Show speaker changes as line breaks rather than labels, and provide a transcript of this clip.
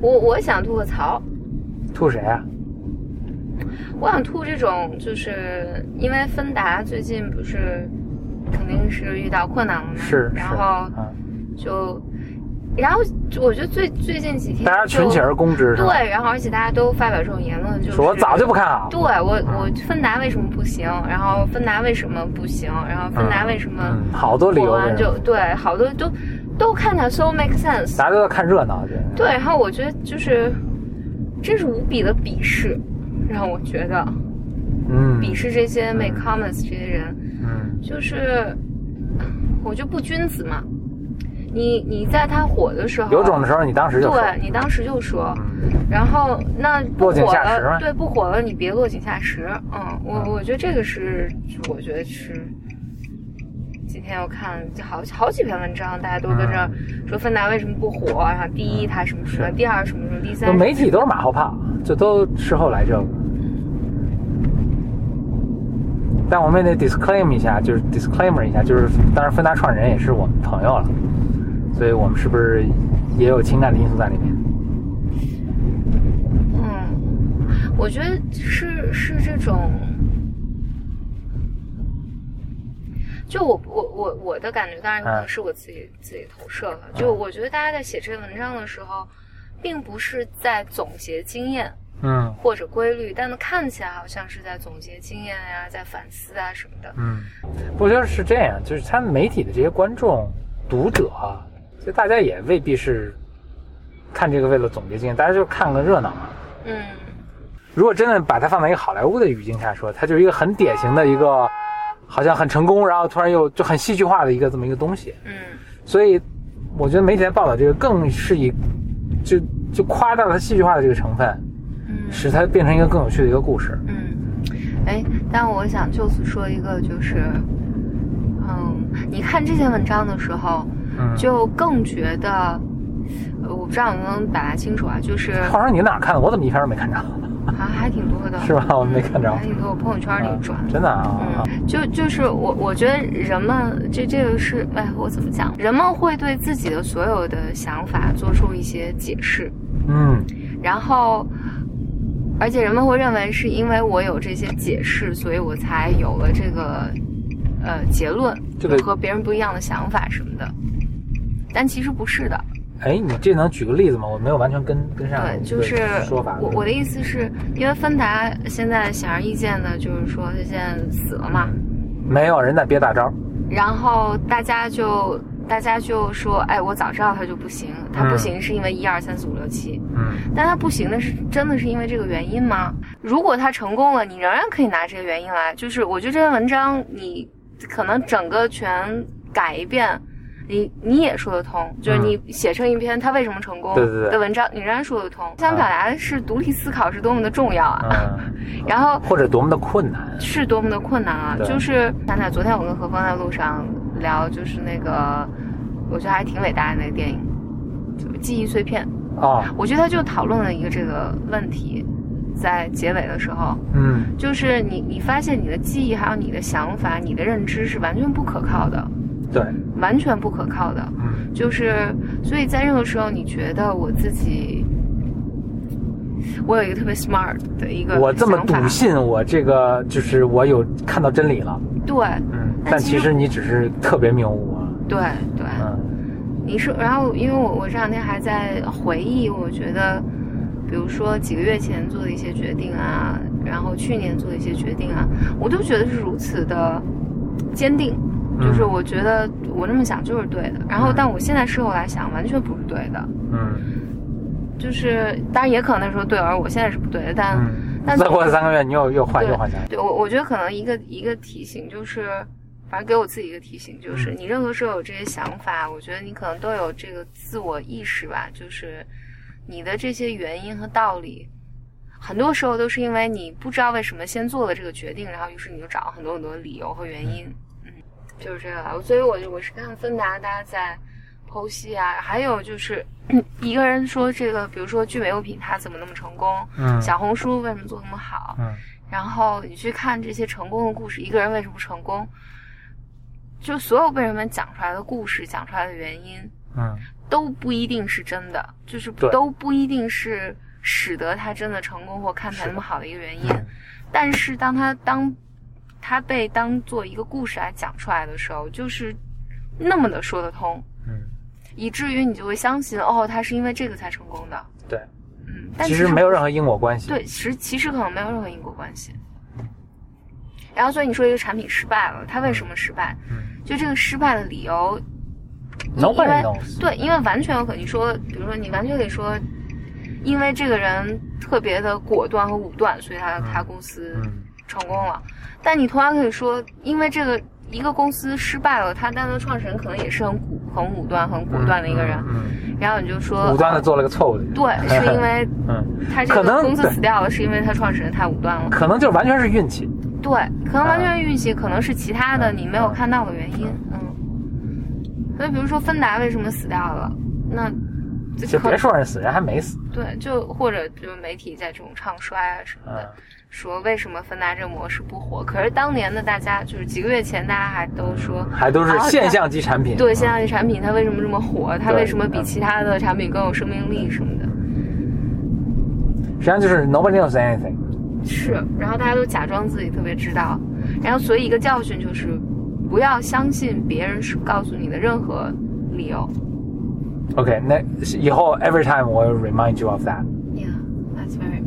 我我想吐个槽，
吐谁啊？
我想吐这种，就是因为芬达最近不是肯定是遇到困难了嘛，
是
然
是
后
嗯，
就，然后我觉得最最近几天
大家群
就
起而攻之，是吧
对，然后而且大家都发表这种言论，就是
说我早就不看好，
对我我芬达为什么不行，然后芬达为什么不行，然后芬达为什么
嗯，好多理由
国
为
安
什
就
么，
对好多都都看起来 so make sense，
大家都在看热闹，我觉得。
对，然后我觉得就是真是无比的鄙视，让我觉得
嗯，
鄙视这些 make comments 这些人，
嗯，
就是我就不君子嘛。你你在他火的时候，
有种的时候你当时就说
对你当时就说，
嗯
然后那不
落井
火
下石
了，
吗
对，不火了，你别落井下石。嗯，我我觉得这个是，我觉得是。今天我看就好好几篇文章，大家都跟着说芬达为什么不火，然后第一他什么什么，
嗯是
第二什么什么，第
就
三
媒体都是马后炮，就都事后来这个。但我们也得 disclaim 一下，就是 disclaimer 一下，就是当然芬达创始人也是我们朋友了，所以我们是不是也有情感的因素在里面？
嗯，我觉得是是这种，就我我我我的感觉，当然可能
嗯
是我自己、自己投射了。就我觉得大家在写这个文章的时候，并不是在总结经验
嗯
或者规律，但看起来好像是在总结经验呀、在反思啊什么的。
嗯，我觉得是这样，就是他们媒体的这些观众、读者啊，就大家也未必是看这个为了总结经验，大家就看个热闹嘛。
嗯
如果真的把它放在一个好莱坞的语境下说，它就是一个很典型的一个，好像很成功，然后突然又就很戏剧化的一个这么一个东西。
嗯
所以我觉得媒体在报道这个更是以就就夸大了它戏剧化的这个成分，
嗯
使它变成一个更有趣的一个故事。
嗯，哎，但我想就此说一个，就是，嗯，你看这些文章的时候，
嗯，
就更觉得，呃我不知道能不能表达清楚啊， 就是
话说你哪儿看的？我怎么一篇都没看着？
啊还挺多的，
是吧我没看着嗯
还挺多，我朋友圈里转。
真的啊，
嗯，就就是我，我觉得人们这这个是，哎，我怎么讲？人们会对自己的所有的想法做出一些解释，
嗯
然后，而且人们会认为是因为我有这些解释，所以我才有了这个呃结论，
这个
就和别人不一样的想法什么的。但其实不是的，
哎，你这能举个例子吗？我没有完全跟跟上
对，
你
就
的
是
说法。
我我的意思是，因为芬达现在显而易见的就是说他现在死了嘛，
嗯没有人在憋大招，
然后大家就大家就说，哎，我早知道他就不行，他不
嗯
行是因为一二三四五六七，
嗯，
但他不行的是真的是因为这个原因吗？如果他成功了，你仍然可以拿这个原因来，就是我觉得这篇文章你可能整个全改一遍。你你也说得通，就是
嗯
你写成一篇他为什么成功
对对对
的文章，你仍然说得通。想表达的是独立思考是多么的重要啊，
嗯，
然后
或者多么的困难，
是多么的困难啊！
对
就是想想昨天我跟何峰在路上聊，就是那个我觉得还挺伟大的那个电影，就《记忆碎片》。
哦，
我觉得他就讨论了一个这个问题，在结尾的时候，
嗯
就是你你发现你的记忆还有你的想法、你的认知是完全不可靠的，，
对，
完全不可靠的。
嗯
就是所以在任何时候，你觉得我自己，我有一个特别 smart 的一个，
我这么笃，信我这个就是我有看到真理了，
对
嗯，
但
但
其
其
实
实你只是特别谬误啊，
对对，
嗯
你说，然后因为我我这两天还在回忆，我觉得，比如说几个月前做的一些决定啊，然后去年做的一些决定啊，我都觉得是如此的坚定，
嗯
就是我觉得我这么想就是对的。然后，
嗯
但我现在事后来想，完全不是对的，
嗯
就是当然也可能那时候对，而我现在是不对的，但、但
嗯，再过三个月你又又换又换想法，
对我，我觉得可能一个一个提醒就是，反正给我自己一个提醒就是，
嗯
你任何时候有这些想法，我觉得你可能都有这个自我意识吧，就是你的这些原因和道理，很多时候都是因为你不知道为什么先做了这个决定，然后于是你就找了很多很多理由和原因，嗯，就是这个。所以我我是看芬达大家在剖析啊，还有就是。 一个人说这个，比如说聚美优品，它怎么那么成功？
嗯
小红书为什么做那么好？
嗯
然后你去看这些成功的故事，一个人为什么成功，就所有被人们讲出来的故事，讲出来的原因，
嗯
都不一定是真的，就是
对
都不一定是使得他真的成功或看起来那么好的一个原因。
嗯
但是当他当他被当做一个故事来讲出来的时候，就是那么的说得通，
嗯，
以至于你就会相信哦，他是因为这个才成功的。
对，
嗯，但
其实没有任
何
何因果关系。
对，其实其实可能没有任何因果关系。然后，所以你说一个产品失败了，它为什么失败？
嗯
就这个失败的理由，因
，Nobody
为
knows。
对，因为完全有可能你说，比如说你完全可以说，因为这个人特别的果断和武断，所以他他公司
嗯，
成功了。但你同样可以说，因为这个一个公司失败了，他但它的创始人可能也是很武很武断、很果断的一个人。
嗯，
然后你就
嗯
说，
武断的做了个错误的决定。
对，是因 为
嗯，
他这
可能
个公司
对
死掉了，是因为他创始人太武断了。
可能就完全是运气。
对，可能完全是运气，可能是其他
啊
的你没有看到的原因。嗯，所以比如说芬达为什么死掉了，那
就
可
别说人死，人还没死。
对，就或者就是媒体在这种唱衰啊什么
嗯
的，说为什么芬达这个模式不火？可是当年的大家就是几个月前，大家还都说。
嗯
啊
还都是现象级产品。嗯
对现象级产品，它为什么这么火？它
对
为什么比
嗯
其他的产品更有生命力什么的？
实际上就是 nobody knows anything。
是，然后大家都假装自己特别知道，然后所以一个教训就是，不要相信别人是告诉你的任何理由。
OK，那以后 every time 我 remind you of that。
Yeah, that's very